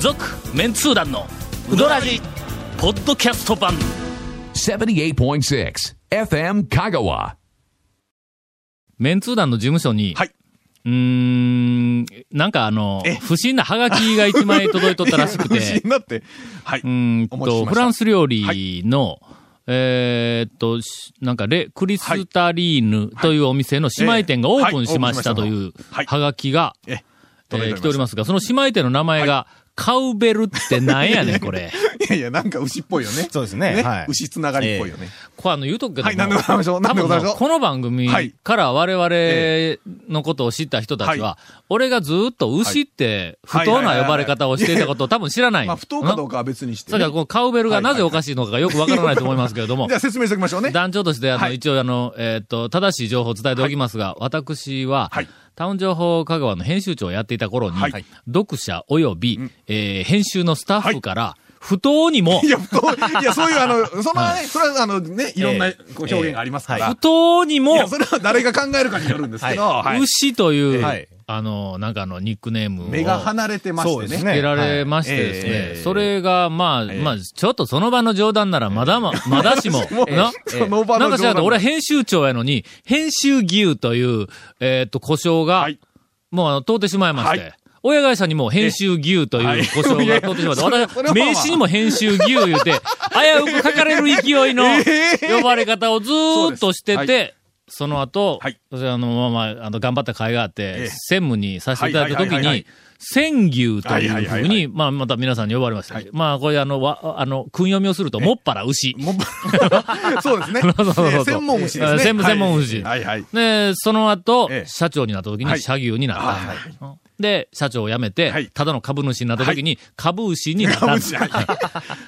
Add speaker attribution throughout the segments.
Speaker 1: 続メンツー団のウドラジポッドキャスト版
Speaker 2: 78.6 FM Kagawa.
Speaker 3: メンツー団の事務所に、
Speaker 1: はいう
Speaker 3: ーん、なんかあの、不審なハガキが一枚届いとったらしく
Speaker 4: 不審
Speaker 3: て、
Speaker 4: なって。はい。
Speaker 3: うーん
Speaker 4: お持ちし
Speaker 3: と、
Speaker 4: ました
Speaker 3: フランス料理の、えーっと、しなんかレ・クリスタリーヌというお店の姉妹店がオープンしましたという
Speaker 4: はい
Speaker 3: ハガキが、
Speaker 4: ええ
Speaker 3: え
Speaker 4: 届い
Speaker 3: ー来
Speaker 4: てお
Speaker 3: て
Speaker 4: り
Speaker 3: お
Speaker 4: ます
Speaker 3: りますが、その姉妹店の名前が、カウベルってなんやねん、これ。
Speaker 4: いやいや、なんか牛っぽいよね。
Speaker 5: そうですねはい
Speaker 4: 牛つながりっぽいよね。
Speaker 3: これあの言うとくけども、
Speaker 4: はい何でございましょう
Speaker 3: 多分
Speaker 4: 何でございましょう
Speaker 3: この番組
Speaker 4: はい
Speaker 3: から我々のことを知った人たちは、俺がずっと牛って不当な呼ばれ方をしていたことを多分知らない。
Speaker 4: まあ、不当かどうかは別にして
Speaker 3: それ
Speaker 4: ね、
Speaker 3: からこのカウベルがなぜおかしいのかがよくわからないと思いますけれども
Speaker 4: じゃ、あ説明しておきましょうね。
Speaker 3: 団長として、あの、
Speaker 4: はい
Speaker 3: 一応、あの、えーっと、正しい情報を伝えておきますが、私は、
Speaker 4: はい
Speaker 3: タウン情報香川の編集長をやっていた頃に、
Speaker 4: はい
Speaker 3: 読者及び、えー編集のスタッフから、不当にも
Speaker 4: い、や、不当、いや、そういう、あの、その、ね、それは、あの、ね、いろん
Speaker 3: え
Speaker 4: な
Speaker 3: え
Speaker 4: こう表現がありますから。
Speaker 3: 不当にも
Speaker 4: い、や、それは誰が考えるかによるんですけど、はい
Speaker 3: 牛という、
Speaker 5: はい
Speaker 3: あの、なんかあの、ニックネームを。
Speaker 4: 目が離れてましてね。
Speaker 5: ね
Speaker 3: つけられましてですね、
Speaker 4: はいええ
Speaker 3: それが、まあ、まあ、ちょっとその場の冗談なら、まだま、まだしも、な、
Speaker 4: その場
Speaker 3: な
Speaker 4: の
Speaker 3: んか知らんけど、俺は編集長やのに、編集義勇という、えーっと、故障が、
Speaker 4: はい
Speaker 3: もうあの、通ってしまいまして。
Speaker 4: は
Speaker 3: 親会社にも編集義勇と
Speaker 4: は
Speaker 3: いう
Speaker 4: い
Speaker 3: 故障が通ってしまって、
Speaker 4: いやいや
Speaker 3: 私
Speaker 4: そ
Speaker 3: は
Speaker 4: れそれはまあ
Speaker 3: 名刺にも編集義勇言うて、危うく書かれる勢い の呼ばれ方をずーっとして
Speaker 4: そ
Speaker 3: て、
Speaker 4: うで
Speaker 3: その後、
Speaker 4: はい
Speaker 3: 私はあの、まあまあ、あの、頑張った甲斐があって、
Speaker 4: ええ
Speaker 3: 専務にさせていただいた時
Speaker 4: はいはいはいはいは
Speaker 3: に
Speaker 4: い、
Speaker 3: 千牛というふ
Speaker 4: はいうはいはいは
Speaker 3: に、まあ、また皆さんに呼ばれました。
Speaker 4: はい
Speaker 3: まあ、これあの、わ、あの、訓読みをすると、もっぱら牛。
Speaker 4: もうそうですね。
Speaker 3: そうそうそう
Speaker 4: えー専門牛ですね。
Speaker 3: 専門
Speaker 4: はい
Speaker 3: 専門牛
Speaker 4: はいはい。
Speaker 3: で、その後、
Speaker 4: ええ
Speaker 3: 社長になった時
Speaker 4: は
Speaker 3: に、
Speaker 4: い
Speaker 3: 社牛になった。
Speaker 4: あはい
Speaker 3: で、社長を辞めて、
Speaker 4: はい
Speaker 3: ただの株主になった時に、株牛になったんです。
Speaker 4: 株主はい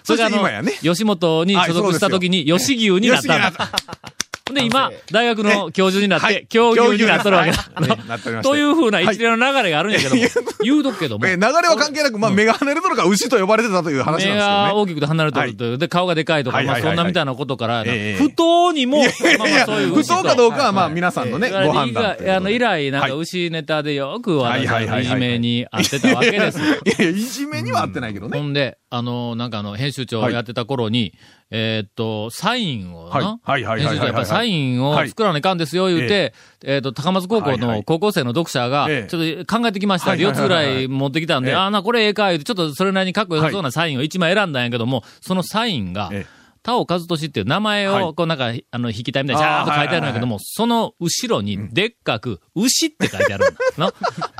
Speaker 3: そ
Speaker 4: そ
Speaker 3: れ
Speaker 4: して
Speaker 3: から
Speaker 4: 今
Speaker 3: あ
Speaker 4: や
Speaker 3: の、
Speaker 4: ね。
Speaker 3: 吉本に所属した時に、吉牛になったん
Speaker 4: 吉
Speaker 3: だ
Speaker 4: 木になった
Speaker 3: で、今、大学の教授になっ
Speaker 4: は
Speaker 3: て
Speaker 4: い、
Speaker 3: 教牛になっとるわけだ
Speaker 4: 教。牛になったはいなっておりまして
Speaker 3: というふうな一連の流れがあるんやけども、言うとくけども。
Speaker 4: えー流れは関係なく、まあ、目が離れとるから牛と呼ばれてたという話なんですけ
Speaker 3: 目
Speaker 4: ど
Speaker 3: が
Speaker 4: ね。
Speaker 3: 大きくて離れてるという、で、顔がでかいとか、
Speaker 4: はい
Speaker 3: ま
Speaker 4: は
Speaker 3: あ
Speaker 4: いは
Speaker 3: そ
Speaker 4: いは
Speaker 3: ん
Speaker 4: い
Speaker 3: なみたいなことから、
Speaker 4: ええ
Speaker 3: 不当にも、まあまあそういう
Speaker 4: 不
Speaker 3: 牛と。
Speaker 4: 当かどうかは、まあ、皆さんのね、
Speaker 3: だから
Speaker 4: ご判断
Speaker 3: 以
Speaker 4: というこ
Speaker 3: 外
Speaker 4: とで。
Speaker 3: あの、以来、なん
Speaker 4: はい
Speaker 3: か牛ネタでよく、
Speaker 4: は
Speaker 3: 私
Speaker 4: いはいはい
Speaker 3: は
Speaker 4: はい
Speaker 3: いじめにあってたわけですよ。
Speaker 4: いやいや、いじめにはあってないけど
Speaker 3: ほ
Speaker 4: ね。
Speaker 3: んで、あの、なんかあの、編集長をやってた頃に、えーっと、サインをな、
Speaker 4: はいはいはいは
Speaker 3: 編
Speaker 4: いはい
Speaker 3: 集長やっぱりサインを作らないかんですよ、言うて、えーっと、高松高校
Speaker 4: はいは
Speaker 3: の
Speaker 4: い
Speaker 3: 高校生の読者が、
Speaker 4: ええ
Speaker 3: ちょっと考えてきました。
Speaker 4: はいはい
Speaker 3: 4
Speaker 4: はい
Speaker 3: つ
Speaker 4: は
Speaker 3: ぐ
Speaker 4: い
Speaker 3: らい持ってきたんで、
Speaker 4: ええ
Speaker 3: ああ、な、これええか、言うて、ちょっとそれなりにかっこよさそうなサインを1枚選んだんやけども、そのサインが
Speaker 4: ええ、
Speaker 3: 田尾和俊っていう名前
Speaker 4: は
Speaker 3: を、
Speaker 4: い
Speaker 3: こうなんか、あの、引きたいみたいに、ジャーっと書いてあるんやけども、その後ろに、でっかく、牛って書いてあるん だ。な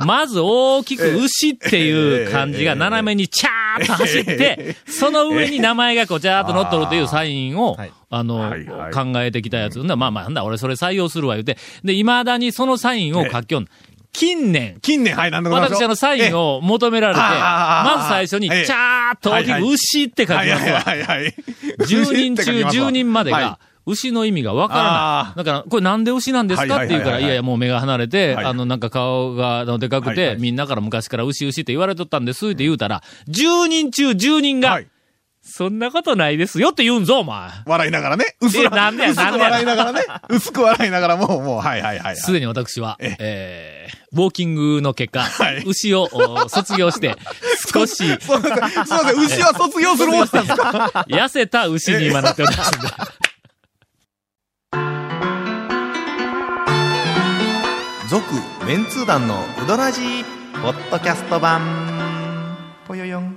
Speaker 3: まず大きく牛っていう漢字が斜めにチャーッと走って、その上に名前がこう、ジャーッと乗っとるというサインを
Speaker 5: はい、
Speaker 3: あの
Speaker 4: はい、はい
Speaker 3: 考えてきたやつ。んだまあまあ、なんだ、俺それ採用するわ、言うて。で、未だにそのサインを書きよん。近年、
Speaker 4: 近年、はい、なんでございまし
Speaker 3: 私
Speaker 4: ょう
Speaker 3: あのサイン
Speaker 4: を。
Speaker 3: を求められて、
Speaker 4: ええああああ
Speaker 3: まず最初に、チ
Speaker 4: ええ
Speaker 3: ャーッと大き
Speaker 4: はい
Speaker 3: く
Speaker 4: はい
Speaker 3: 牛って書きま
Speaker 4: は
Speaker 3: す
Speaker 4: いはい
Speaker 3: わ。
Speaker 4: はいはい。
Speaker 3: 10人中10人まで
Speaker 4: はい
Speaker 3: が、牛の意味がわから
Speaker 4: あ
Speaker 3: ない。だから、これなんで牛なんですかって言うから、
Speaker 4: はいはいはいはい
Speaker 3: いやいや、もう目が離れて、
Speaker 4: はい
Speaker 3: あの、なんか顔があのでかく
Speaker 4: はい
Speaker 3: て
Speaker 4: は、い
Speaker 3: みんなから昔から牛牛って言われとったんですって言うたら、10人中10人が
Speaker 4: はい、
Speaker 3: そんなことないですよって言うんぞ、お前。
Speaker 4: 笑いながらね。薄
Speaker 3: えなんでや
Speaker 4: 薄く
Speaker 3: なんでや
Speaker 4: 笑いながらね。薄く笑いながらもう、もう、はいはいはいはい。
Speaker 3: すでに私は、
Speaker 4: え
Speaker 3: えー、ウォーキングの結果、
Speaker 4: はい
Speaker 3: 牛をお卒業 して、少し
Speaker 4: すいません、すいません、牛は卒業するもんなんですか
Speaker 3: 痩せた牛に今なっております んで。
Speaker 5: 続メンツー団のウドラジーポッドキャスト版ぽよよん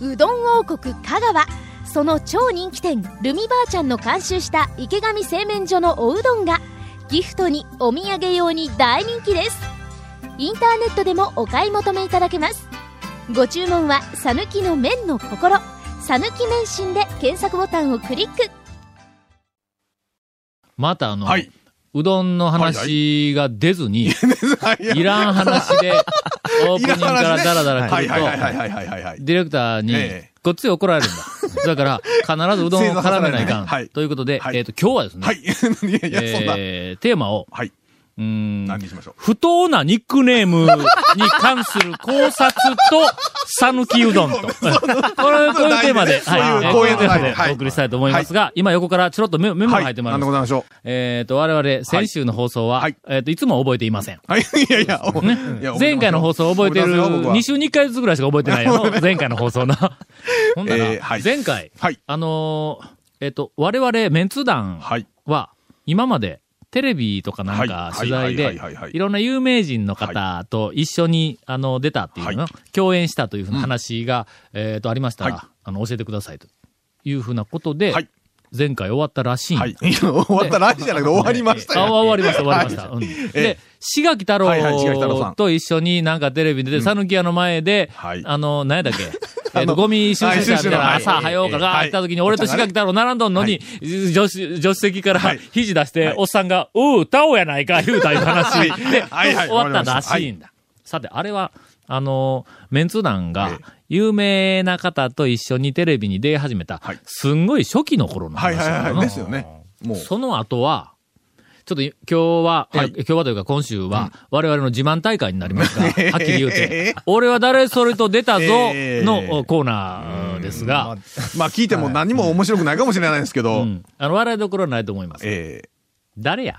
Speaker 6: うどん王国香川その超人気店ルミばあちゃんの監修した池上製麺所のおうどんがギフトにお土産用に大人気ですインターネットでもお買い求めいただけますご注文は「さぬきの麺の心」「さぬき麺心」で検索ボタンをクリック
Speaker 3: またあの、
Speaker 4: はい。
Speaker 3: うどんの話が出ずに、いらん話で、オープニングからダラダラ
Speaker 4: は
Speaker 3: 来
Speaker 4: い
Speaker 3: る
Speaker 4: はいはいは
Speaker 3: と、
Speaker 4: いはいはいはいはい。
Speaker 3: ディレクターに
Speaker 4: ええ、
Speaker 3: こっちで怒られるん だ。だから、必ずうどんを絡めない
Speaker 4: 正座させられ
Speaker 3: か
Speaker 4: ないはい
Speaker 3: ん。ということで、
Speaker 4: はい
Speaker 3: えっと、今日はですね、
Speaker 4: はい。いやいや、そんな。
Speaker 3: えーテーマを、
Speaker 4: はい。
Speaker 3: うーん。
Speaker 4: 何にしましょう。
Speaker 3: 不当なニックネームに関する考察と、さぬきうどん と。これ、こういうテーマで、
Speaker 4: そういう
Speaker 3: はいえーこ
Speaker 4: こ
Speaker 3: う
Speaker 4: う
Speaker 3: い
Speaker 4: いうう
Speaker 3: テーマ
Speaker 4: は
Speaker 3: で
Speaker 4: いはい
Speaker 3: お送りしたいと思いますが、今横からちょろっとメメモが入ってまい
Speaker 4: 何
Speaker 3: り
Speaker 4: で
Speaker 3: ま
Speaker 4: ご
Speaker 3: す。
Speaker 4: ざいましょ
Speaker 3: えっと、我々、先週の放送は
Speaker 4: はい、
Speaker 3: えっと、いつも覚えていません。
Speaker 4: う。はい。 いやいや、おいや
Speaker 3: 前回の放送覚えてる、2週に1回ずつぐらいしか覚えてないよ。前回の放 送な。ほんな
Speaker 4: えーは
Speaker 3: ら
Speaker 4: い、
Speaker 3: 前回、
Speaker 4: はい
Speaker 3: あのー、えっと、我々、メンツ団
Speaker 4: はい
Speaker 3: は、今まで、テレビとかなんか
Speaker 4: はい
Speaker 3: 取材
Speaker 4: は
Speaker 3: で
Speaker 4: いはいはいはいは、い
Speaker 3: いろんな有名人の方と一緒に、あの、出たっていうの、
Speaker 4: は
Speaker 3: 共演したというふうな話が、えっと、ありました
Speaker 4: はい
Speaker 3: ら、あの、教えてくださいというふうなことで
Speaker 4: はい、
Speaker 3: 前回終わったらしいん
Speaker 4: はい。 いや終わったらしいじゃなくて終わりました
Speaker 3: あ、
Speaker 4: よ。
Speaker 3: 終わりました、終わりました。うん
Speaker 4: え
Speaker 3: で、志垣太
Speaker 4: はいはい志垣太郎さ
Speaker 3: 郎
Speaker 4: ん
Speaker 3: と一緒になんかテレビで、讃岐屋の前で、
Speaker 4: はい
Speaker 3: あの、何やっ たっけえっと
Speaker 4: の
Speaker 3: ゴミ収集車みたいな
Speaker 4: はい収集
Speaker 3: 朝
Speaker 4: 車のはい
Speaker 3: 早うかが
Speaker 4: は
Speaker 3: 来
Speaker 4: い
Speaker 3: た時に、俺と志垣太郎並んどんのに、助手、助手席から
Speaker 4: はい
Speaker 3: 肘出して
Speaker 4: い、
Speaker 3: おっさんが、うう、タオやないか、言うたいう話
Speaker 4: はい
Speaker 3: で、
Speaker 4: はいはい
Speaker 3: 終わったらしいんだ。さて、あれは、あの、メンツ団が
Speaker 4: え、
Speaker 3: 有名な方と一緒にテレビに出始めた
Speaker 4: はい、
Speaker 3: すんごい初期の頃の
Speaker 4: はい
Speaker 3: 話
Speaker 4: は
Speaker 3: だ
Speaker 4: いは
Speaker 3: よ
Speaker 4: い
Speaker 3: な
Speaker 4: はい。ですよね。もう。
Speaker 3: その後は、ちょっとい今日は、いや
Speaker 4: はい
Speaker 3: 今日はというか今週は、我々の自慢大会になります が、はっきり言うて
Speaker 4: え、
Speaker 3: 俺は誰それと出たぞ
Speaker 4: えー
Speaker 3: のおコーナーですが、
Speaker 4: まあ聞いても何も面白くないかもしれないですけ
Speaker 3: う
Speaker 4: ど、
Speaker 3: んあの、笑いどころはないと思います。
Speaker 4: えー
Speaker 3: 誰や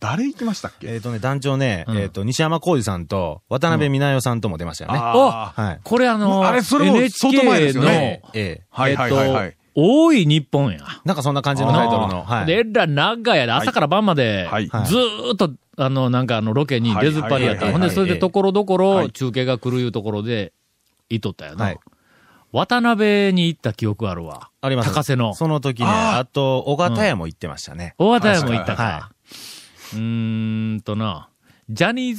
Speaker 4: 誰行きましたっけ
Speaker 5: えっとね、団長ね、
Speaker 3: ん
Speaker 5: えっと、西山浩二さんと渡辺美奈代さんとも出ましたよね。
Speaker 4: あ
Speaker 5: はい。
Speaker 3: これあの、
Speaker 4: あれそれも相当前で
Speaker 3: NHK
Speaker 4: す
Speaker 3: の、
Speaker 4: よね
Speaker 5: ええ。
Speaker 4: はいはいはいは
Speaker 3: えっ
Speaker 4: い
Speaker 3: と、多い日本や。
Speaker 5: なんかそんな感じのタイトルの。
Speaker 3: あ
Speaker 5: は
Speaker 3: で、え
Speaker 5: い。
Speaker 3: ら長いやで、朝から晩まで、
Speaker 4: はい
Speaker 5: はい
Speaker 3: ずーっと、あの、なんかあの、ロケに出ずっぱりやっ
Speaker 4: は
Speaker 3: た。
Speaker 4: い
Speaker 3: ほ
Speaker 4: はいはいはい
Speaker 3: んで、それでところどこ
Speaker 4: は
Speaker 3: ろ
Speaker 4: い
Speaker 3: 中継が来るいうところで、いとったよな。
Speaker 5: はい
Speaker 3: 渡辺に行った記憶あるわ。
Speaker 5: あります。
Speaker 3: 高瀬の。
Speaker 5: その時ね、
Speaker 4: あー
Speaker 5: あと、小形屋も行ってましたね。
Speaker 3: 大和屋も行ったか。
Speaker 5: は
Speaker 3: うーんとな、ジャニー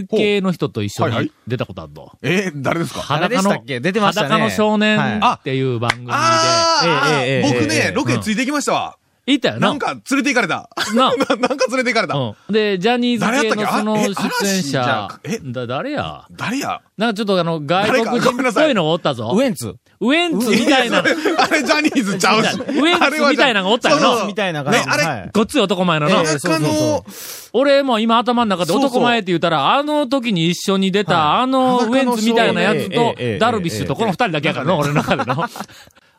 Speaker 3: ズ系の人と一緒
Speaker 4: ほうはい
Speaker 3: に
Speaker 4: はい
Speaker 3: 出たことあるの。
Speaker 4: えー、誰ですか
Speaker 5: 誰で
Speaker 3: 裸
Speaker 5: した
Speaker 3: の
Speaker 5: っ、け出てましたね。
Speaker 3: 裸の少
Speaker 5: はい
Speaker 3: 年
Speaker 5: あ、
Speaker 3: っていう番組で、
Speaker 4: あ
Speaker 5: えええ
Speaker 4: ー
Speaker 5: えええ
Speaker 4: 僕
Speaker 5: ええ
Speaker 4: ね、ロケついてきましたわ。
Speaker 3: いたよな。
Speaker 4: なんか連れて行かれた。
Speaker 3: な
Speaker 4: ななんか連れて行かれた。
Speaker 3: うん。で、ジャニーズ系
Speaker 4: 誰
Speaker 3: の
Speaker 4: やったっけあ
Speaker 3: その
Speaker 4: え
Speaker 3: 出演
Speaker 4: 嵐じ
Speaker 3: 者
Speaker 4: ゃ、え
Speaker 3: だ誰や
Speaker 4: 誰や
Speaker 3: なんかちょっとあの、外国人っぽいのがおったぞ。
Speaker 5: ウエンツ
Speaker 3: ウエンツみたいな、
Speaker 4: あれジャニーズちゃうし。
Speaker 3: ウエンツみたいなのがおったよな
Speaker 4: あれはジャニーズ
Speaker 5: みたいな感じ。
Speaker 4: ねあれ
Speaker 5: はい
Speaker 3: ごっつい男前のの
Speaker 5: え。え
Speaker 4: 田舎の、
Speaker 3: 俺も今頭の中で男前って言ったら、あの時に一緒に出た、
Speaker 5: は
Speaker 3: あのウエンツみたいなやつと
Speaker 5: ええええええ、
Speaker 3: ダルビッシュとこの二人だけやからの、俺の中での。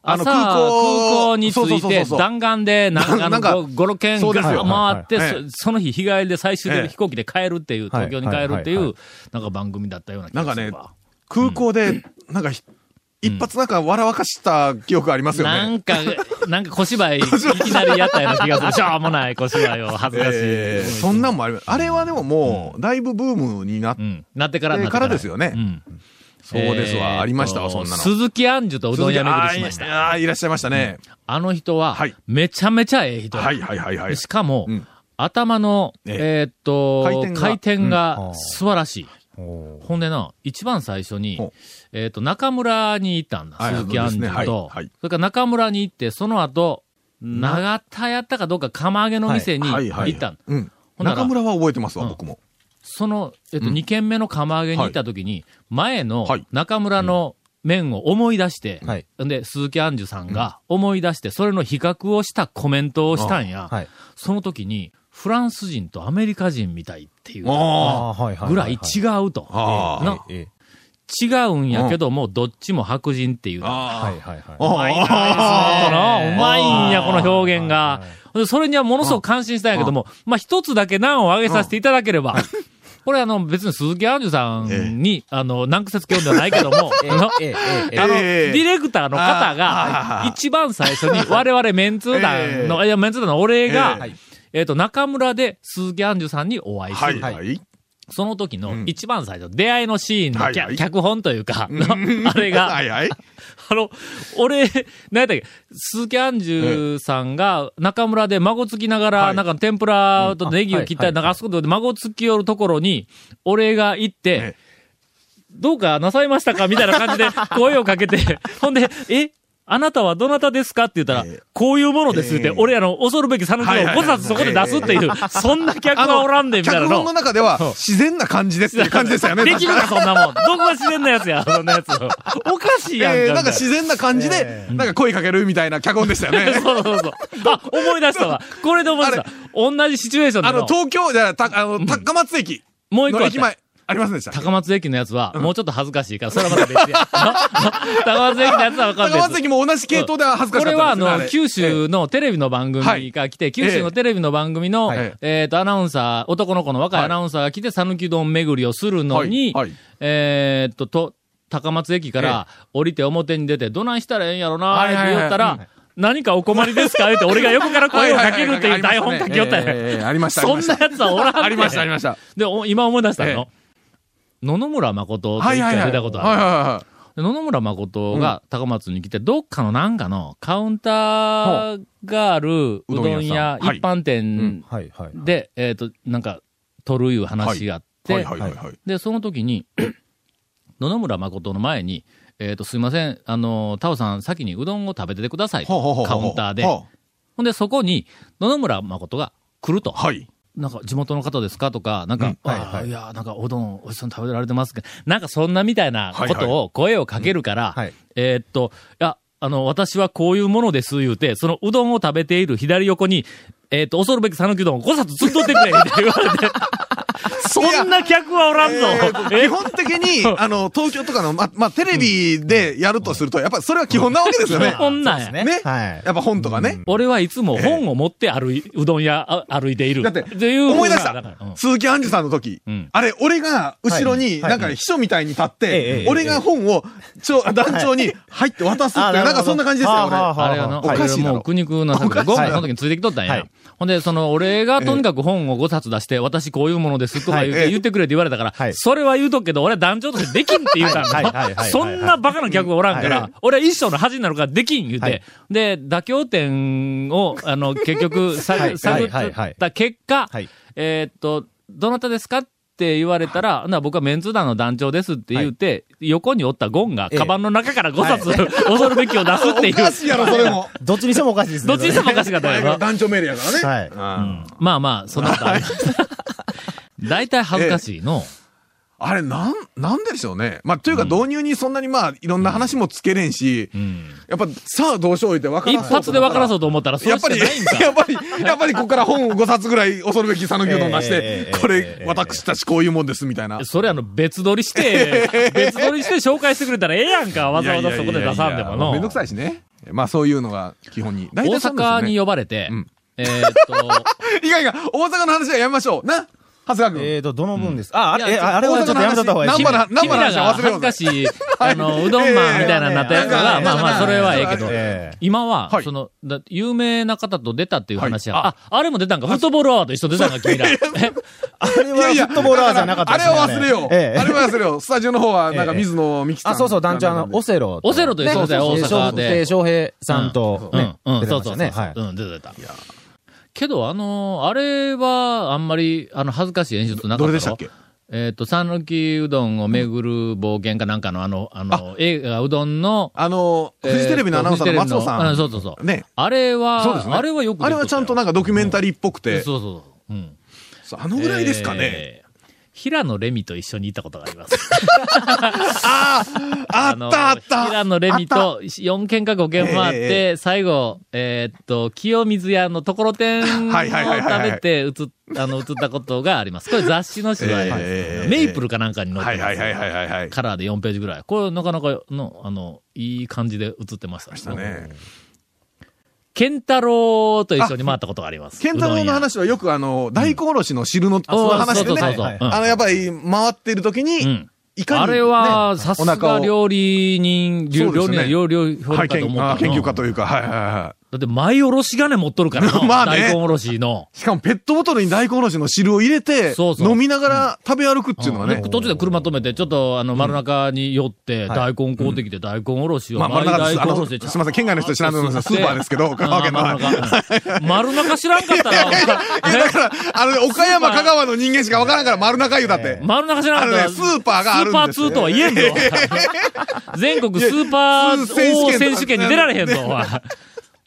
Speaker 4: あ
Speaker 3: 朝、
Speaker 4: の
Speaker 3: 空
Speaker 4: 空港
Speaker 3: 港に着
Speaker 4: そうそう
Speaker 3: い
Speaker 4: そうそ
Speaker 3: て、
Speaker 4: うそう
Speaker 3: 弾丸で、なんかあの、
Speaker 4: なんか
Speaker 3: 5、6軒
Speaker 4: そうです
Speaker 5: よ
Speaker 3: 回って、
Speaker 4: はいはい
Speaker 3: そその日日帰りで最終的
Speaker 4: え
Speaker 3: に
Speaker 4: え
Speaker 3: 飛行機で帰るっていう、東京に帰るってい
Speaker 5: はいはいはいは
Speaker 3: う、なんか番組だったような気
Speaker 4: なん
Speaker 3: が
Speaker 4: か
Speaker 3: す
Speaker 4: ね
Speaker 3: るわ。、
Speaker 4: 空港で、なんかひ、一発なんか笑わかした記憶ありますよ
Speaker 3: な
Speaker 4: ね。
Speaker 3: んか、なんか小芝居、いきなりやったような気がする。しょうもない小芝居を、恥ずかしい。
Speaker 4: えーそんなんもあります。あれはでももう、だいぶブームになっ
Speaker 3: う
Speaker 4: て
Speaker 3: ん。なってから、なって
Speaker 4: からですよね。
Speaker 3: うん。
Speaker 4: そうですわ、
Speaker 3: えーっと
Speaker 4: ありましたわ、そんなの。
Speaker 3: 鈴木杏樹とうどん屋巡りしまし
Speaker 4: あ
Speaker 3: た。
Speaker 4: ーいあー、いらっしゃいましたね。
Speaker 3: あの人は
Speaker 4: はい、
Speaker 3: めちゃめちゃええ人や
Speaker 4: はいはいはいはい。
Speaker 3: しかも
Speaker 4: うん、
Speaker 3: 頭の、え
Speaker 4: え
Speaker 3: ーっと、
Speaker 4: 回転が
Speaker 3: 回転
Speaker 5: うん
Speaker 3: が
Speaker 5: あー
Speaker 3: 素晴らしい。
Speaker 5: おー
Speaker 3: ほんでな、一番最初に
Speaker 4: ほ、
Speaker 3: えーっと、中村に行ったんだ。
Speaker 4: はい
Speaker 3: 鈴木杏
Speaker 4: そうです
Speaker 3: 樹と、
Speaker 4: ねはい
Speaker 3: そ
Speaker 4: は
Speaker 3: れ
Speaker 4: い
Speaker 3: から中村に行って、その後、長田やったかどうか釜揚げの店に
Speaker 4: はいはい
Speaker 3: 行ったんだ。
Speaker 4: うん。
Speaker 3: ほんなら
Speaker 4: 中村は覚えてますわ、
Speaker 3: うん
Speaker 4: 僕も。
Speaker 3: その、えっと、2軒目の釜揚げに行った時に、前の
Speaker 4: はい
Speaker 3: 中村の麺を思い出して、
Speaker 5: はい
Speaker 3: んで、鈴木杏樹さんが思い出して、それの比較をしたコメントをしたんや。
Speaker 5: はい。
Speaker 3: その時に、フランス人とアメリカ人みたいっていう
Speaker 4: あ
Speaker 5: ーはいは
Speaker 3: ぐらい違
Speaker 5: う。
Speaker 3: うと。
Speaker 4: あー
Speaker 3: な
Speaker 5: ええ
Speaker 3: 違うんやけども、どっちも白人っていう。
Speaker 4: あ
Speaker 5: はいはいはい。
Speaker 4: あ。
Speaker 3: そうなうまいんや、
Speaker 5: あ
Speaker 3: こ
Speaker 5: ー
Speaker 3: の表現が。でそれにはものすごく感心したんやけども、まあ、一つだけ難を挙げさせていただければ、これあの、別に鈴木杏樹さんに、あの、難癖つけようではないけども、
Speaker 5: ええ
Speaker 3: あの
Speaker 5: ええええ
Speaker 3: あの、
Speaker 4: え
Speaker 3: デ
Speaker 4: え
Speaker 3: ィレクターの方が
Speaker 4: あ、ー
Speaker 3: 一番最初 に、我々メンツー団の、いや、メンツー団のお礼が、
Speaker 5: ええ
Speaker 3: えっと、中村で鈴木杏樹さんにお会いす
Speaker 4: は
Speaker 3: る
Speaker 4: い。はい。
Speaker 3: その時
Speaker 4: う
Speaker 3: の
Speaker 4: ん
Speaker 3: 一番最初、出会いのシーンの
Speaker 4: はい
Speaker 3: きゃ
Speaker 4: はい
Speaker 3: 脚本というか、 のあれ
Speaker 4: は
Speaker 3: が、
Speaker 4: いはい。
Speaker 3: あの、俺、何やったっけ、鈴木杏樹さんが中村で孫つきながら、
Speaker 4: はい
Speaker 3: なんか天ぷらとネギを切った
Speaker 5: う
Speaker 3: り、
Speaker 5: ん
Speaker 3: なんかあそこで孫つき寄るところに、俺が行って
Speaker 4: え、
Speaker 3: どうかなさいましたかみたいな感 じで声をかけて、ほんで、えあなたはどなたですかって言ったら、
Speaker 4: ええ
Speaker 3: こういうものですって、
Speaker 4: ええ
Speaker 3: 俺らの恐るべき讃岐を
Speaker 4: はいはいは
Speaker 3: 5
Speaker 4: い
Speaker 3: 冊そこで出すっていう、そんな客
Speaker 4: あ
Speaker 3: は
Speaker 4: の
Speaker 3: おらんで、みたいな
Speaker 4: 脚
Speaker 3: の
Speaker 4: 本。の中では、自然な感じですっていう感じでしたよね。
Speaker 3: できる
Speaker 4: 確
Speaker 3: か、
Speaker 4: か
Speaker 3: そんなもん。どこが自然なやつや、そんなやつ。おかしいやんか。
Speaker 4: えーなんか
Speaker 3: みたい
Speaker 4: 自然な感じ で、なんか声かけるみたいな脚本でしたよね。
Speaker 3: そうそうそう。あ、思い出したわ。これで思い出した
Speaker 4: あ。
Speaker 3: 同じシチュエーションで
Speaker 4: あの、
Speaker 3: の、
Speaker 4: 東京、じゃあ、たあの、高松駅
Speaker 3: もう一個
Speaker 4: の
Speaker 3: あっ
Speaker 4: 駅
Speaker 3: たよ
Speaker 4: 前、ありませんでした。
Speaker 3: 高松駅のやつは、もうちょっと恥ずかしいから、それはまた別 や。高松駅のやつはわかんない
Speaker 4: 高。松駅も同じ系統では恥ずかしか
Speaker 3: これ
Speaker 4: っ
Speaker 3: は、
Speaker 4: た
Speaker 3: あ
Speaker 4: んですよね
Speaker 3: の、九州のテレビの番組が来て、九州のテレビの番組の、
Speaker 4: え
Speaker 3: えっと、アナウンサー、男の子の若い
Speaker 4: はい
Speaker 3: アナウンサーが来て、讃岐丼巡りをするのに
Speaker 4: はいはい、
Speaker 3: えっと、と、高松駅から降りて表に出て、どないしたらええんやろなーって言ったら、何かお困りですかって俺が横から声をかけるっていう台本書きよった
Speaker 4: はいはいはい
Speaker 3: よ。
Speaker 4: はいありましたねええええ
Speaker 3: そん
Speaker 4: ありました
Speaker 3: なやつはおらんて
Speaker 4: ありました、ありました。
Speaker 3: で、お今思い出したの。
Speaker 4: ええ
Speaker 3: 野々村誠と一
Speaker 4: はいはい
Speaker 3: 回
Speaker 4: は
Speaker 3: 出
Speaker 4: い。
Speaker 3: たことある。
Speaker 4: はいはいはい。
Speaker 3: で野々村誠が高松に来て、どっかのなんかのカウンターがあるうどん屋、
Speaker 4: うどん屋さん
Speaker 3: 一般店
Speaker 5: はいはい。
Speaker 3: で、えっ、と、なんか、取るいう話があって、
Speaker 4: はいはいはいはい。
Speaker 3: で、その時 に、野々村誠の前に、えっ、と、すいません、あの、タオさん、先にうどんを食べててくださいと
Speaker 4: ほうほうほうほう
Speaker 3: カウンターで。
Speaker 4: は
Speaker 3: ほんで、そこに、野々村誠が来ると。
Speaker 4: あはい。
Speaker 3: なんか地元の方ですかとか、なんか、
Speaker 4: うん
Speaker 5: は
Speaker 3: あ
Speaker 5: いは
Speaker 3: ー
Speaker 5: い
Speaker 3: いやー、なんかおどん、おいしそうに食べられてますけど、なんかそんなみたいなことを、声をかけるから、
Speaker 5: はい
Speaker 3: えーっと、いや、あの、私はこういうものです、言うて、そのうどんを食べている左横に、えーっと、恐るべき讃岐うどんを5冊積んどってくれ、って言われ て、そんな客はおらんぞ。
Speaker 4: えー基本的に、あの、東京とかの、ま、まあ、テレビでやるとすると、やっぱそれは基本なわけですよね。
Speaker 3: こんなんや。
Speaker 5: ね
Speaker 4: ね
Speaker 5: はい
Speaker 4: やっぱ本とかね。
Speaker 3: 俺はいつも本を持って歩い、うどん屋あ歩いている。
Speaker 4: だって
Speaker 3: いう
Speaker 4: 思い出し
Speaker 3: だか
Speaker 4: た
Speaker 3: らうん。
Speaker 4: 鈴木杏樹さんの時
Speaker 3: うん。
Speaker 4: あれ、俺が後ろに、
Speaker 5: はい
Speaker 4: なんか秘書みたいに立っ
Speaker 5: えええ
Speaker 4: て
Speaker 5: え、
Speaker 4: 俺が本を、ちょ、団長に入って渡すっていう、なんかそんな感じですよ、俺。
Speaker 3: あれはな、
Speaker 4: おかしいだろ
Speaker 3: 俺もう苦肉の策で、
Speaker 4: おかしい
Speaker 3: ゴンがその時についてきとったんや。
Speaker 5: はい
Speaker 3: ほんで、その、俺がとにかく本を5冊出して、私こういうものですとか言う
Speaker 4: は
Speaker 3: て
Speaker 4: い
Speaker 3: 言ってくれって言われたから、
Speaker 5: はい
Speaker 3: それは言うとくけど、俺は団長としてできんって言うたん
Speaker 5: はいはいはい
Speaker 3: だ
Speaker 5: はい
Speaker 3: そんなバカな客がおらんか
Speaker 5: は
Speaker 3: ら、俺は一生の恥になるからできん言う
Speaker 5: は
Speaker 3: て
Speaker 5: い。
Speaker 3: で、妥協点を、あ の、結局、
Speaker 5: は
Speaker 3: 探
Speaker 5: い
Speaker 3: 探っ
Speaker 5: はいはい
Speaker 3: た結果
Speaker 5: はい、
Speaker 3: えーっと、どなたですかって言われたら、ほんなら僕はメンツ団の団長ですって言うて、横におったゴンが、
Speaker 5: ええ
Speaker 3: カバンの中から5冊、 恐るべきを出すっていう。
Speaker 4: おかしいやろ、それも。
Speaker 5: どっちにしてもおかしいですね。
Speaker 3: どっちにしてもおかしかったよ な。
Speaker 4: 団長命令やからね。
Speaker 5: はい。
Speaker 3: まあまあ、そんなことありました。 大体恥ずかしいの。
Speaker 4: あれ、なん、なんでしょうね。まあ、というか導入にそんなにまあ、いろんな話もつけれんし、やっぱ、さあどうしよう言って分か
Speaker 3: 一
Speaker 4: らそうと
Speaker 3: 発で分からそうと思ったら、そ
Speaker 4: や
Speaker 3: う
Speaker 4: っ
Speaker 3: しか
Speaker 4: ぱ
Speaker 3: ない
Speaker 4: り、
Speaker 3: んか。
Speaker 4: やっぱり、やっぱりここから本を5冊ぐらい恐るべき讃岐うどん出し
Speaker 5: え
Speaker 4: て
Speaker 5: ええ、え
Speaker 4: こ
Speaker 5: え
Speaker 4: れ
Speaker 5: え、
Speaker 4: 私たちこういうもんです、みたいな。
Speaker 3: それあの、別撮り して、別撮りして紹介してくれたらええやんか。わざわざそこで出さんでも
Speaker 4: いやいやいやいや
Speaker 3: の。
Speaker 4: めんどくさいしね。まあそういうのが基本に。大
Speaker 3: 大
Speaker 4: 体そうな
Speaker 3: 阪
Speaker 4: んです
Speaker 3: に
Speaker 4: よね。
Speaker 3: 呼ばれて
Speaker 4: うん、
Speaker 3: えーっ と、
Speaker 4: いやいや、大阪の話はやめましょう。な長谷川君。
Speaker 5: えーと、どの分ですかあ、あ
Speaker 3: い
Speaker 5: れ、
Speaker 3: や
Speaker 5: ああれはちょっとやめとった方がいいです
Speaker 4: ナンバーな
Speaker 5: ね。
Speaker 4: ナン
Speaker 3: 君
Speaker 4: バーの
Speaker 3: ら
Speaker 4: 話
Speaker 3: が
Speaker 4: は忘
Speaker 3: 恥
Speaker 4: れよ
Speaker 3: ず
Speaker 4: う
Speaker 3: か
Speaker 4: ぜ。
Speaker 3: しい、あの、うどんマンみたいなになったやつが、
Speaker 4: ええ
Speaker 3: まあまあ、それはええけど、
Speaker 5: ええ
Speaker 3: 今は
Speaker 4: は、い
Speaker 3: その、だ有名な方と出たっていう話は、あ、あれも出たんか、フットボールアワーと一緒に出たんか、君ら。え
Speaker 5: あれはフットボールアワーじゃなかった
Speaker 4: あ
Speaker 5: で
Speaker 4: れ
Speaker 5: すね
Speaker 4: は忘れよう。
Speaker 5: ええ
Speaker 4: あれは忘れよう。スタジオの方は、なんか水野美紀さん。
Speaker 5: あ、そうそう、団長、あの、オセロ。
Speaker 3: オセロと一緒だよ
Speaker 5: ね
Speaker 3: 大阪で
Speaker 5: えー翔平さんと、ね
Speaker 3: うん、うん、
Speaker 5: 出て
Speaker 3: そう
Speaker 5: まし
Speaker 3: そうそう
Speaker 5: たね
Speaker 3: そう。
Speaker 5: はい。
Speaker 3: うん、出てた。けど、あのーあれは、あんまり、あの、恥ずかしい演出なかったろ
Speaker 4: どれでしたっけ
Speaker 3: えっ、と、讃岐うどんを巡る冒険かなんかの、あの、あの、映画、うどんの、
Speaker 4: あの、フジテレビのアナウンサーの松尾さ
Speaker 3: あ
Speaker 4: ん。
Speaker 3: そうそうそう。
Speaker 4: ね。
Speaker 3: あれは、
Speaker 4: そうですね。
Speaker 3: あれはよく
Speaker 4: あれはちゃんとなんかドキュメンタリーっぽく
Speaker 3: リ
Speaker 4: て。
Speaker 3: そうそうそう。うん。
Speaker 4: そうあのぐらいですかね。
Speaker 3: えー平野レミと一緒にいたことがあります。
Speaker 4: あ
Speaker 3: の
Speaker 4: ったあった
Speaker 3: 平野レミと4軒か5軒回って、
Speaker 4: え
Speaker 3: 最後、えーっと、清水屋のところてんを
Speaker 4: はいはいはいはい
Speaker 3: 食
Speaker 4: はい
Speaker 3: べて映っ、あの、映ったことがあります。これ雑誌の取材です、
Speaker 4: ええ
Speaker 3: メイプルかなんかに載って
Speaker 4: は
Speaker 3: ま
Speaker 4: い
Speaker 3: す、
Speaker 4: はいはいはいはいはい。
Speaker 3: カラーで4ページぐらい。これなかなかの、あの、いい感じで映ってました。
Speaker 4: ましたね。
Speaker 3: ケンタロウと一緒に回ったことがあります。
Speaker 4: ケンタロウの話はよくあの、大根おろしの汁の、その話で
Speaker 3: そうそうそう
Speaker 4: ね
Speaker 3: そう、
Speaker 5: はい
Speaker 3: うん
Speaker 4: あの、やっぱり回ってる時
Speaker 3: う
Speaker 4: に
Speaker 3: ん、
Speaker 4: いかに。
Speaker 3: あれは、さすが料理人、料
Speaker 4: そう
Speaker 3: 料
Speaker 4: ですね
Speaker 3: 理、料理評
Speaker 4: は
Speaker 3: 価
Speaker 4: い、
Speaker 3: と
Speaker 4: 研
Speaker 3: 思う
Speaker 4: あ
Speaker 3: か
Speaker 4: 研究
Speaker 3: ら
Speaker 4: 家というか、はいはいは
Speaker 3: だって、前おろし金持っとるからな
Speaker 4: まあね
Speaker 3: 大根おろしの。
Speaker 4: い。しかもペットボトルに大根おろしの汁を入れて、
Speaker 3: そうそう
Speaker 4: 飲みながら食べ歩くっていうのは
Speaker 3: ん
Speaker 4: ね
Speaker 3: で。途中で車止めて、ちょっとあの、丸中に寄って、大根買うてきて、大根おろしを、
Speaker 4: まあ、真ん中
Speaker 3: 大
Speaker 4: です。あ
Speaker 3: 根お
Speaker 4: の、
Speaker 3: ろ
Speaker 4: す
Speaker 3: し
Speaker 4: み
Speaker 3: で
Speaker 4: ません、県外の人知らないのですスーパーですけど、香川
Speaker 3: あ
Speaker 4: 県の。はい
Speaker 3: ー丸中丸中知らんかった ら、
Speaker 4: えだから、あのね、岡山、香川の人間しかわからんから丸中湯だって。
Speaker 3: 丸中知らんかった
Speaker 4: あ
Speaker 3: ら、
Speaker 4: のねスーパーがあるんです
Speaker 3: スーパー2とは言えんぞ。 全国スーパー王選手権に出られへんぞ。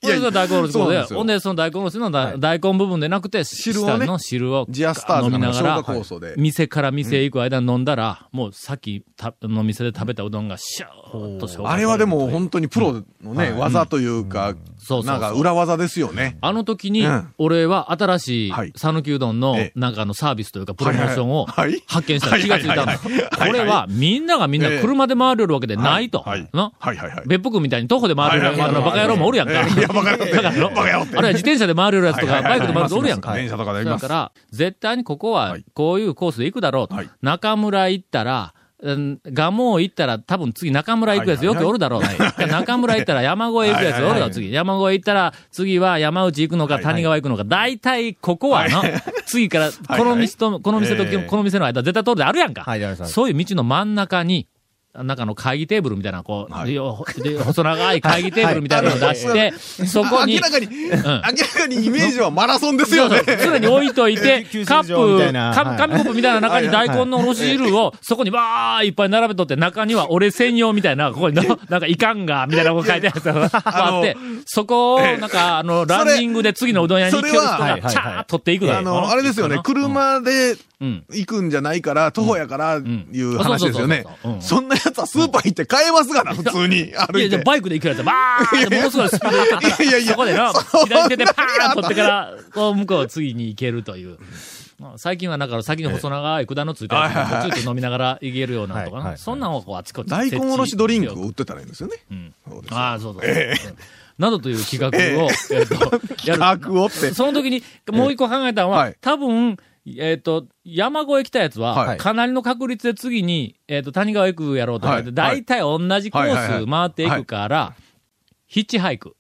Speaker 3: これが大根おろし粉
Speaker 4: そうなん
Speaker 3: で、
Speaker 4: ですよ
Speaker 3: ほんで、その大根おろしのだ
Speaker 4: はい
Speaker 3: 大根部分でなくて、
Speaker 4: 汁をね
Speaker 3: 下の汁を
Speaker 4: ジアスターズ
Speaker 3: 飲みな
Speaker 4: の
Speaker 3: が
Speaker 4: 消
Speaker 3: ら
Speaker 4: 化、酵素で。
Speaker 3: 店から店へ行く間に飲んだら、もうさっきたの店で食べたうどんがシャーっと消化さ
Speaker 4: あ
Speaker 3: れる
Speaker 4: れはでも本当にプロのね、技というか、
Speaker 3: そうそうそう
Speaker 4: なんか裏技ですよね。
Speaker 3: あの時に
Speaker 4: うん、
Speaker 3: 俺は新しい
Speaker 4: はい
Speaker 3: 讃岐うどんの
Speaker 4: ええ
Speaker 3: なんかあのサービスというかプロモーションを
Speaker 4: はいはい
Speaker 3: 発見した
Speaker 4: はい
Speaker 3: 気がついたん
Speaker 4: は
Speaker 3: だ。
Speaker 4: い
Speaker 3: こ
Speaker 4: はいはいはい
Speaker 3: れはみんながみんな車で回れるわけでないと
Speaker 4: はい。
Speaker 3: な
Speaker 4: はいはいはい。
Speaker 3: 別府君みたいに徒歩で回れ
Speaker 4: はい
Speaker 3: る
Speaker 4: はい
Speaker 3: あ
Speaker 4: はい
Speaker 3: のバカ野郎もおるやんか。
Speaker 4: ええいやバカ野郎っ て
Speaker 3: だから
Speaker 4: バカ野郎って
Speaker 3: あれは自転車で回れるやつと
Speaker 4: は
Speaker 3: か、
Speaker 4: いは
Speaker 3: バ
Speaker 4: い
Speaker 3: イクで回るやつおるやん
Speaker 4: は
Speaker 3: か。
Speaker 4: い電車とかであり
Speaker 3: だ
Speaker 4: ます。
Speaker 3: から、絶対にここは
Speaker 4: はい、
Speaker 3: こういうコースで行くだろうと。
Speaker 4: はい
Speaker 3: 中村行ったら、うん蒲生行ったら、多分次中村行くやつよくおるだろうと。中村行ったら山越え行くやつおるだろう、次。山越え行ったら、次は山内行くのか、
Speaker 4: はいはい
Speaker 3: 谷川行くのか。大体、ここはの、次から、
Speaker 4: はい
Speaker 3: この道と、この店と
Speaker 4: ええ、
Speaker 3: この店の間、絶対通るであるやんか。
Speaker 5: はいはいはい
Speaker 3: そういう道の真ん中に、なんかあの会議テーブルみたいな、こう、
Speaker 4: はい
Speaker 3: で細長い会議テーブルみたいなのを出して、そこに
Speaker 4: 明、らかに、明らかにイメージはマラソンですよね。
Speaker 3: 常に置いといて
Speaker 5: 給、水
Speaker 3: カッ
Speaker 5: 所みたい
Speaker 3: プ、
Speaker 5: なは
Speaker 3: カ
Speaker 5: い
Speaker 3: 紙コップみたいな中に大根のおろし汁を、そこにわーいっぱい並べとって、中には俺専用みたいな、ここにの、なんかいかんが、みたいなこと書いてあるやつがあって、そこを、なんか、あの、ランニングで次のうどん屋に行く人
Speaker 4: それは
Speaker 3: が、
Speaker 5: はいはい
Speaker 3: チャーッ取っていくだろ
Speaker 4: あの、あれですよね、車で
Speaker 3: うん。
Speaker 4: 行くんじゃないから、徒歩やから、いう話ですよね
Speaker 3: そうそうそうそうう。ん
Speaker 4: そんなやつはスーパー行って買えますがな、普通に。
Speaker 3: い
Speaker 4: 歩
Speaker 3: や、
Speaker 4: い
Speaker 3: じゃあ
Speaker 4: て。
Speaker 3: バイクで行くやつばーってものすごいスピードで行ったら
Speaker 4: いやいやいや
Speaker 3: そこでな、
Speaker 4: そんな
Speaker 3: 左手でパーン取ってから、こう向こう次に行けるという。最近はなんか先に細長い管のついたやつが、ちょっと飲みながら行けるようなとか
Speaker 5: はいはいは
Speaker 3: な。
Speaker 5: い
Speaker 3: そんなんをこうあちこち設
Speaker 4: 大
Speaker 3: 置
Speaker 4: 根おろしドリンクを売ってたらいいんですよね。そうですよ
Speaker 3: ああ、そうそうそう。うんなどという企画を、えっと、やる。
Speaker 4: 企画をって。
Speaker 3: その 時に、もう一個考えたのは、
Speaker 4: はい
Speaker 3: 多分、えっ、と、山越え来たやつは、
Speaker 4: はい
Speaker 3: かなりの確率で次に、えっ、と、谷川行くやろうと思って、
Speaker 4: はい
Speaker 3: 大体同じコ
Speaker 4: はいはい
Speaker 3: ー
Speaker 4: は
Speaker 3: ス
Speaker 4: い
Speaker 3: 回っていくから、ヒッチハイク。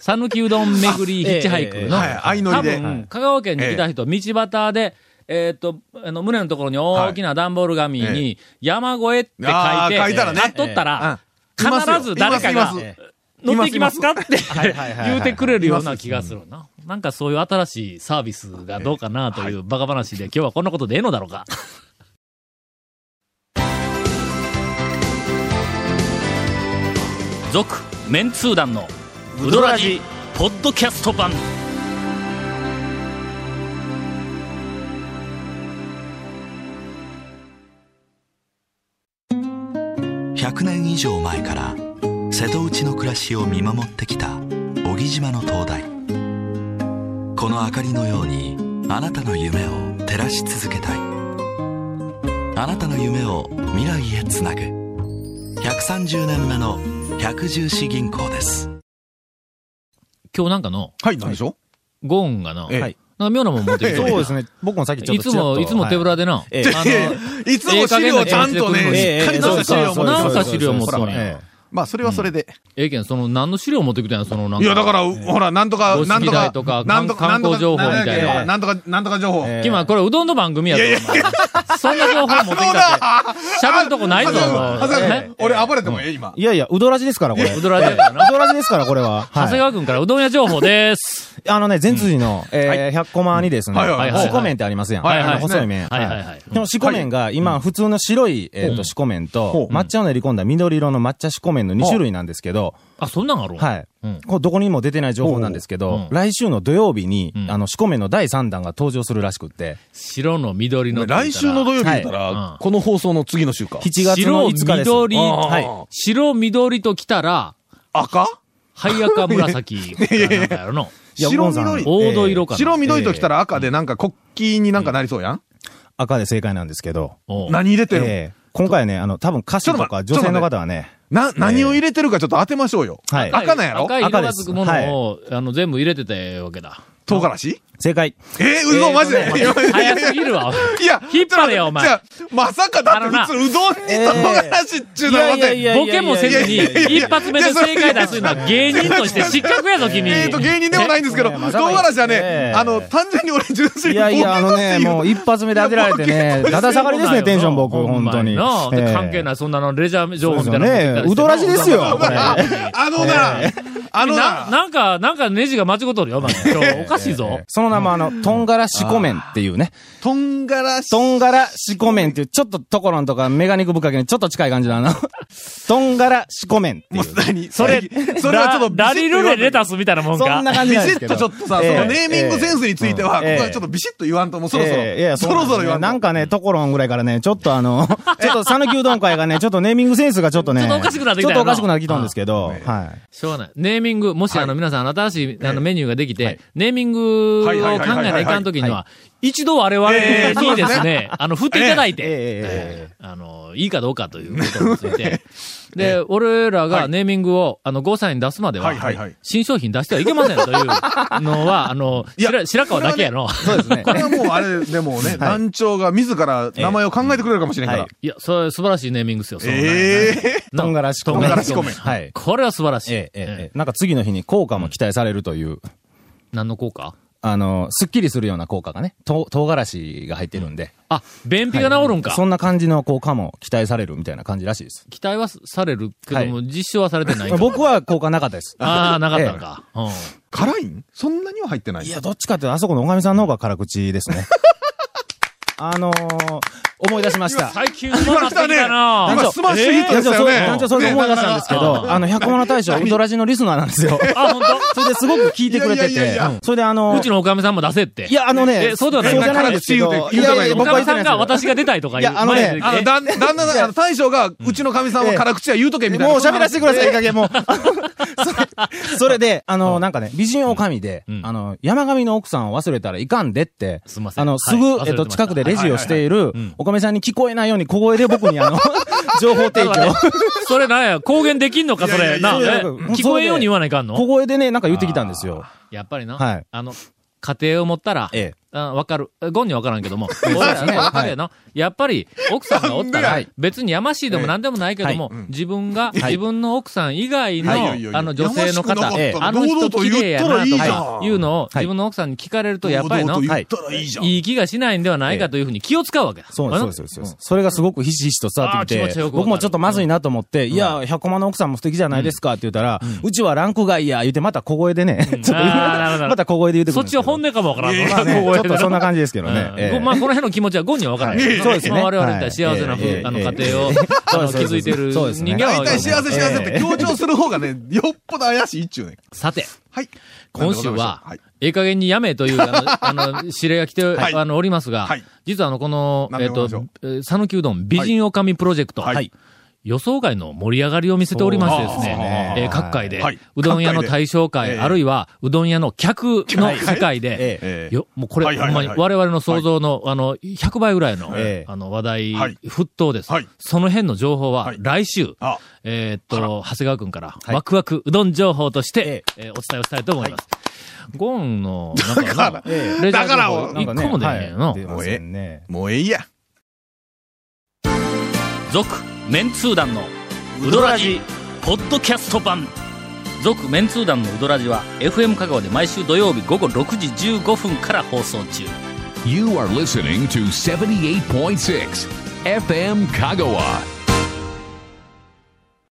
Speaker 3: 讃岐うどん巡りヒッチハ イクの、
Speaker 4: はい、相乗り
Speaker 3: 多
Speaker 4: で。
Speaker 3: 分、香川県に来た人、道端で、えっ、と、あの、胸のところに大きな段ボール紙
Speaker 4: はいえ
Speaker 3: に、山越えって書いて、
Speaker 4: あー書いたらね
Speaker 3: 貼っとったら、
Speaker 4: うんいますよ
Speaker 3: 必ず誰か
Speaker 4: いま
Speaker 3: が
Speaker 4: すいます
Speaker 3: 乗ってきますかって
Speaker 5: はいはいはいはい
Speaker 3: 言うてくれるような気がするな。なんかそういう新しいサービスがどうかなというバカ話で今日はこんなことでええのだろうか。
Speaker 1: 続メンツー団のウドラジポッドキャスト版
Speaker 7: 100年以上前から瀬戸内の暮らしを見守ってきた小木島の灯台この明かりのようにあなたの夢を照らし続けたいあなたの夢を未来へつなぐ130年目の百十四銀行です
Speaker 3: 今日なんかの、
Speaker 4: はい、なんでしょ
Speaker 3: ゴーンがな、
Speaker 4: ええ
Speaker 3: なんか妙なもん持ってきてくれた
Speaker 5: そうですね。僕もさっきちょっ
Speaker 3: い
Speaker 5: と
Speaker 3: つも、いつも手ぶら
Speaker 5: で。
Speaker 3: でな、
Speaker 5: ええ
Speaker 3: あ
Speaker 4: ういつも資料ちゃんと
Speaker 3: ええ
Speaker 4: ね、しっかりとした資料
Speaker 3: そ
Speaker 4: も
Speaker 3: うそうそう
Speaker 4: ね。
Speaker 3: なんか資料持っ
Speaker 5: も
Speaker 3: とんや
Speaker 4: まあ、それはそれで。
Speaker 3: ええけん、その何の資料持ってきたんや、そのなん
Speaker 4: い
Speaker 3: か。
Speaker 4: や、だから、ほら、なんとか
Speaker 3: ご、
Speaker 4: なん
Speaker 3: 指揮
Speaker 4: と
Speaker 3: 台とか、
Speaker 4: かなんとか、
Speaker 3: 観光情報みたいな
Speaker 4: なんとか、なんとか情報。
Speaker 5: え
Speaker 3: 今、これうどんの番組やぞ、お前そんな情報持ってきたって。喋るとこないぞ、
Speaker 4: あ
Speaker 3: お
Speaker 4: そう
Speaker 3: 前
Speaker 4: か
Speaker 3: ね
Speaker 4: 俺暴れてもええ、今。
Speaker 5: いやいや、うどらじですから、これ。
Speaker 3: うどらじやからな
Speaker 5: うどらじですから、これは。
Speaker 3: 長谷
Speaker 5: はい。
Speaker 3: 川君からうどん屋情報です。
Speaker 5: あのね、全通寺の、えー、100コマにですね、
Speaker 4: はいはい
Speaker 3: はい
Speaker 5: 四股麺ってありますやん。
Speaker 4: はいはい
Speaker 5: あの細い麺。
Speaker 3: はいはいはい
Speaker 5: この四股麺が、今、普通の白い、えっと、四股麺と、抹茶を練り込んだ緑色の抹茶四股麺の2種類なんですけど、
Speaker 3: あ、そんなんあるん
Speaker 5: はい
Speaker 3: うん。
Speaker 5: これどこにも出てない情報なんですけ
Speaker 3: ほうほ
Speaker 5: ど
Speaker 3: う、
Speaker 5: 来週の土曜日に
Speaker 3: ん、
Speaker 5: あの、四股麺の第3弾が登場するらしくって、
Speaker 3: 白の緑の。
Speaker 4: 来週の土曜日言った
Speaker 3: はいう
Speaker 4: ら
Speaker 3: ん、
Speaker 4: この放送の次の週か。
Speaker 5: 7月の5日です。
Speaker 3: 白、緑、
Speaker 5: はい。
Speaker 3: 白、緑と来たら、
Speaker 4: 赤
Speaker 3: 灰赤紫かなんかやろの。
Speaker 4: 白緑
Speaker 5: ゴンさん
Speaker 3: 黄土色かな。
Speaker 4: 白緑ときたら赤でなんか国旗になんかなりそうやん
Speaker 5: 赤で正解なんですけど、
Speaker 3: おう
Speaker 4: 何入れてる
Speaker 5: えー今回ね、あの、多分歌手とか
Speaker 4: ちょっと待
Speaker 5: 女
Speaker 4: って
Speaker 5: 性の方はね、
Speaker 4: な、何を入れてるかちょっと当てましょうよ。
Speaker 5: はい。
Speaker 4: 赤なんやろ
Speaker 3: 赤い色
Speaker 5: 赤
Speaker 3: が
Speaker 5: で
Speaker 3: つ
Speaker 5: す
Speaker 3: くものを、あの、全部入れてたわけだ。
Speaker 4: 唐辛子
Speaker 5: 正解。
Speaker 4: えー、うどんマジで
Speaker 3: えーとね早すぎるわ。
Speaker 4: いや、
Speaker 3: 引っ張れよお前
Speaker 4: じゃあまさかだって普通うどんに唐辛子っちゅうのは待って。
Speaker 3: ボケもせずに、
Speaker 5: いやいやいやいや
Speaker 3: 一発目で正解出すのは芸人として失格やぞ、君。
Speaker 4: えーと、芸人でもないんですけど、
Speaker 5: え
Speaker 4: 唐
Speaker 5: まさか
Speaker 4: 辛子はね
Speaker 5: え、ー
Speaker 4: あの、単純に俺純粋に
Speaker 5: い
Speaker 4: ボ
Speaker 5: やい
Speaker 4: ケ
Speaker 5: や、あ
Speaker 4: だ
Speaker 5: の
Speaker 4: って
Speaker 5: ね、
Speaker 4: い
Speaker 5: もう
Speaker 4: う。
Speaker 5: 一発目で当てられてね、だだ下がりですね、テンション僕、本当に。
Speaker 3: なあ、
Speaker 5: え
Speaker 3: で
Speaker 5: え
Speaker 3: 関係ない、そんなのレジャー情報みたいなの
Speaker 5: そうですよね
Speaker 3: 持ってきたりしてな
Speaker 5: うどらじですよ
Speaker 3: うどんの番組
Speaker 5: こ
Speaker 4: あのな、ああの
Speaker 3: な、
Speaker 4: な、
Speaker 3: なんか、なんかネジが間違うとるよ、お前今日。おかしいぞ。
Speaker 8: その名もあの、トンガラシコ麺っていうね。
Speaker 4: とんがらし、
Speaker 8: トンガラシコ麺っていう、ちょっとところんとか、メガ肉ぶっかけにちょっと近い感じのあの、トンガラシコ麺ってい
Speaker 4: も
Speaker 8: う
Speaker 4: う。すでに。
Speaker 3: それ、
Speaker 4: それはちょっとビシッと言わんと、
Speaker 3: ラリルレレタスみたいなもんか。
Speaker 8: そんな感
Speaker 4: ビ
Speaker 8: じ
Speaker 4: シ
Speaker 8: なんです
Speaker 4: ッ
Speaker 8: け
Speaker 4: と
Speaker 8: ど。
Speaker 4: ちょっとさ、
Speaker 8: ええ
Speaker 4: そのネーミングセンスについては、
Speaker 8: ええ
Speaker 4: ここはちょっとビシッと言わんと、もうそろそろ、
Speaker 8: ええいや
Speaker 4: そろそろ言わ
Speaker 8: なんん
Speaker 4: と。
Speaker 8: かね、ところんぐらいからね、ちょっとあの、ちょっと讃岐うどん会がね、ちょっとネーミングセンスがちょっとね、
Speaker 3: ちょっとおかしくなってきたよな
Speaker 8: ちょっとおかしくなってきたんですけど、
Speaker 4: ええ
Speaker 8: はい。
Speaker 3: しょうがない。ネーミング、もしあの皆さん新しいあのメニューができて、ネーミングを考
Speaker 4: はい
Speaker 3: え
Speaker 4: はいはいはいはい
Speaker 3: ないかんときには、一度我々にですね、あの、振っていただい
Speaker 8: ええ
Speaker 3: て、
Speaker 8: ええええ
Speaker 3: あの、いいかどうかということについて、で、俺らがネーミングを、あの、ゴーサイン出すまでは
Speaker 4: はいはいはい、
Speaker 3: 新商品出してはいけませんというのは、あの、
Speaker 4: いや
Speaker 3: 白白川だけやの。
Speaker 8: そうですね
Speaker 4: こ。れはもうあれ、でもね、団長が自ら名前を考えてくれるかもしれんから。
Speaker 3: いや、それ素晴らしいネーミングですよ、その
Speaker 4: ええ
Speaker 3: な
Speaker 8: トンガラシコ
Speaker 4: とん
Speaker 8: 麺。
Speaker 4: がらしこめん
Speaker 8: はい。
Speaker 3: これは素晴らしい。
Speaker 8: ええええええなんか次の日に効果も期待されるという、
Speaker 3: 何の効果
Speaker 8: あの、すっきりするような効果がね、と唐辛子が入ってるんで。
Speaker 3: あ、便秘が治るんか。
Speaker 8: そんな感じの効果も期待されるみたいな感じらしいです。
Speaker 3: 期待はされるけども、
Speaker 8: は
Speaker 3: 実証はされてないんか。
Speaker 8: 僕は効果なかったです。
Speaker 3: ああ、なかったのか。うん。
Speaker 4: 辛いんそんなには入ってないい。
Speaker 8: や、どっちかっていうと、あそこのおかみさんの方が辛口ですね。あのー、思い出しました。
Speaker 3: 最近うまくなってきたな
Speaker 4: 今来たね今スマッシュヒットで
Speaker 8: 団
Speaker 4: した
Speaker 8: 長、
Speaker 4: よ
Speaker 8: そう、
Speaker 4: ね
Speaker 8: 団長、それで思い出したんですけ
Speaker 3: う
Speaker 8: ど、あの、百物大賞、ウドラジのリスナーなんですよ。
Speaker 3: あ、本
Speaker 8: それですごく聞いてくれて
Speaker 4: いやいやい
Speaker 8: て
Speaker 4: やい、
Speaker 8: それであ
Speaker 3: 当。
Speaker 8: の
Speaker 3: うち、のおかみさんも出せって。
Speaker 8: い、や、あのね、
Speaker 3: えそうではない
Speaker 8: じゃないんですけど、
Speaker 4: 辛口
Speaker 8: い
Speaker 4: 言うて言うた
Speaker 8: やい
Speaker 4: 方が
Speaker 8: や
Speaker 4: い
Speaker 8: い
Speaker 4: い
Speaker 8: や、
Speaker 3: お
Speaker 8: 僕
Speaker 3: か
Speaker 8: は
Speaker 3: み
Speaker 8: 言って
Speaker 3: さ
Speaker 8: ない
Speaker 3: ん
Speaker 8: です
Speaker 3: が
Speaker 8: けど
Speaker 3: 私が出たいとか言う。
Speaker 8: いやあのね
Speaker 3: 前で
Speaker 4: あの、だ、旦那さん、あの大将が、うちのかみさんは辛口や言うとけみたいな。
Speaker 8: もう喋らせてください、いい
Speaker 4: え
Speaker 8: 加減もう。それそれで、あの、なんかね、美人女将で
Speaker 3: うんう、ん
Speaker 8: あの、山上の奥さんを忘れたらいかんでって
Speaker 3: すいま、せんは
Speaker 8: あの、
Speaker 3: い
Speaker 8: すぐ
Speaker 3: 忘れてま、した
Speaker 8: えっと、近くでレジをしている
Speaker 3: ん、
Speaker 8: おかみさんに聞こえないように小声で僕 にあの、 情報提供
Speaker 3: あのねそれなんや、公言できんのか、それ。
Speaker 4: いや
Speaker 3: ない
Speaker 8: やいや
Speaker 3: ね
Speaker 8: そうそう
Speaker 3: 聞こえんように言わないかん
Speaker 8: 小
Speaker 3: の
Speaker 8: 声でね、なんか言ってきたんですよ。
Speaker 3: やっぱり
Speaker 8: は。
Speaker 3: ないあの、家庭を持ったら、
Speaker 8: ええ
Speaker 3: あわかる。ゴンにはわからんけど も。俺らね、わかるやな。やっぱり、奥さんがおった
Speaker 4: な
Speaker 3: ら
Speaker 4: ん、
Speaker 3: 別にやましいでも何でもないけども、自分が、自分の奥さん以外の、
Speaker 4: はいいやいやいや
Speaker 3: あの女性の
Speaker 4: やましくな
Speaker 3: 方
Speaker 4: かった、
Speaker 3: ええあの人綺麗やな
Speaker 4: 堂々
Speaker 3: と
Speaker 4: と言ったらいいじ
Speaker 3: か
Speaker 4: ゃん
Speaker 3: いうのを、自分の奥さんに聞かれると、やっぱり
Speaker 4: 堂
Speaker 3: な、
Speaker 4: 々と
Speaker 8: は
Speaker 4: 言っ
Speaker 8: い
Speaker 4: たらいいじゃん。
Speaker 3: いい気がしないんではないかというふうに気を使うわけだ。
Speaker 8: そうです、そう
Speaker 3: あ
Speaker 8: で
Speaker 3: の
Speaker 8: す、そうです。それがすごくひしひしと伝わって
Speaker 3: あー気
Speaker 8: き
Speaker 3: 持ち
Speaker 8: て
Speaker 3: よくわ、かる
Speaker 8: 僕もちょっとまずいなと思って、いや、100コマの奥さんも素敵じゃないですかって言ったら、うちはランク外や、言ってまた小声で ね、ちょっと言
Speaker 3: あ
Speaker 8: う
Speaker 3: ーなるほど
Speaker 8: また小声で言ってく
Speaker 3: そっ
Speaker 8: るん
Speaker 3: ち
Speaker 8: ですけど。
Speaker 3: は本音かもわからんの
Speaker 8: まあね
Speaker 3: ここへ
Speaker 8: ちょっとそんな感じですけどね。え
Speaker 3: う
Speaker 8: え
Speaker 3: んまあ、この辺の気持ちはゴンには分からない。
Speaker 8: そうですね
Speaker 3: まあ我々だったら幸せな夫
Speaker 8: はいええ
Speaker 3: あの
Speaker 8: ええ
Speaker 3: 家庭をあの
Speaker 8: そうです
Speaker 3: 築いてる
Speaker 8: そうです
Speaker 3: 人
Speaker 8: ね
Speaker 3: 間は
Speaker 4: 大体幸せ幸せって強調する方が ね、よっぽど怪しいっちゅうねん。
Speaker 3: さて、
Speaker 4: はい。
Speaker 3: 今週は
Speaker 4: はい、
Speaker 3: ええ加減にやめという、あ の、あの指令が来て、
Speaker 4: はい
Speaker 3: あの、おりますが、
Speaker 4: はい
Speaker 3: 実はあの、この、
Speaker 4: なん
Speaker 3: え
Speaker 4: で
Speaker 3: っ、
Speaker 4: ございましょ
Speaker 3: と
Speaker 4: う、
Speaker 3: えー讃岐うどん美人女将プロジェクト、
Speaker 4: はいはい
Speaker 3: 予想外の盛り上がりを見せておりましてです
Speaker 8: そうです
Speaker 3: ね
Speaker 8: ね、
Speaker 3: えー各界で、
Speaker 4: はいう
Speaker 3: どん屋の対象会、
Speaker 4: 各界でええ
Speaker 3: あるいは、うどん屋の客の世界で、
Speaker 8: ええ
Speaker 4: ええ
Speaker 3: よ、もうこれ、
Speaker 4: はいはい
Speaker 3: ほん
Speaker 4: は
Speaker 3: ま
Speaker 4: い
Speaker 3: に
Speaker 4: はい
Speaker 3: 我々の想像の、あの、100倍ぐらいの、
Speaker 8: ええ
Speaker 3: あの、話題、
Speaker 4: はい
Speaker 3: 沸騰です、
Speaker 4: はい
Speaker 3: その辺の情報は
Speaker 4: は、い
Speaker 3: 来週、
Speaker 4: あ、
Speaker 3: えーっと、長谷川くんから、
Speaker 8: い
Speaker 3: ワクワクうどん情報として、えーお伝えをしたいと思います。ゴンの、なんかな、
Speaker 8: え
Speaker 3: レジャー
Speaker 4: だから
Speaker 3: 情
Speaker 8: え
Speaker 3: 報
Speaker 8: なん
Speaker 3: 一個
Speaker 8: かね
Speaker 3: も出ないよな
Speaker 8: はい。出ませんね。
Speaker 4: もうええや。
Speaker 1: 続メンツー団のウドラジポッドキャスト版続メンツー団のウドラジは FM 香川で毎週土曜日午後6時15分から放送中
Speaker 2: You are listening to 78.6 FM Kagawa.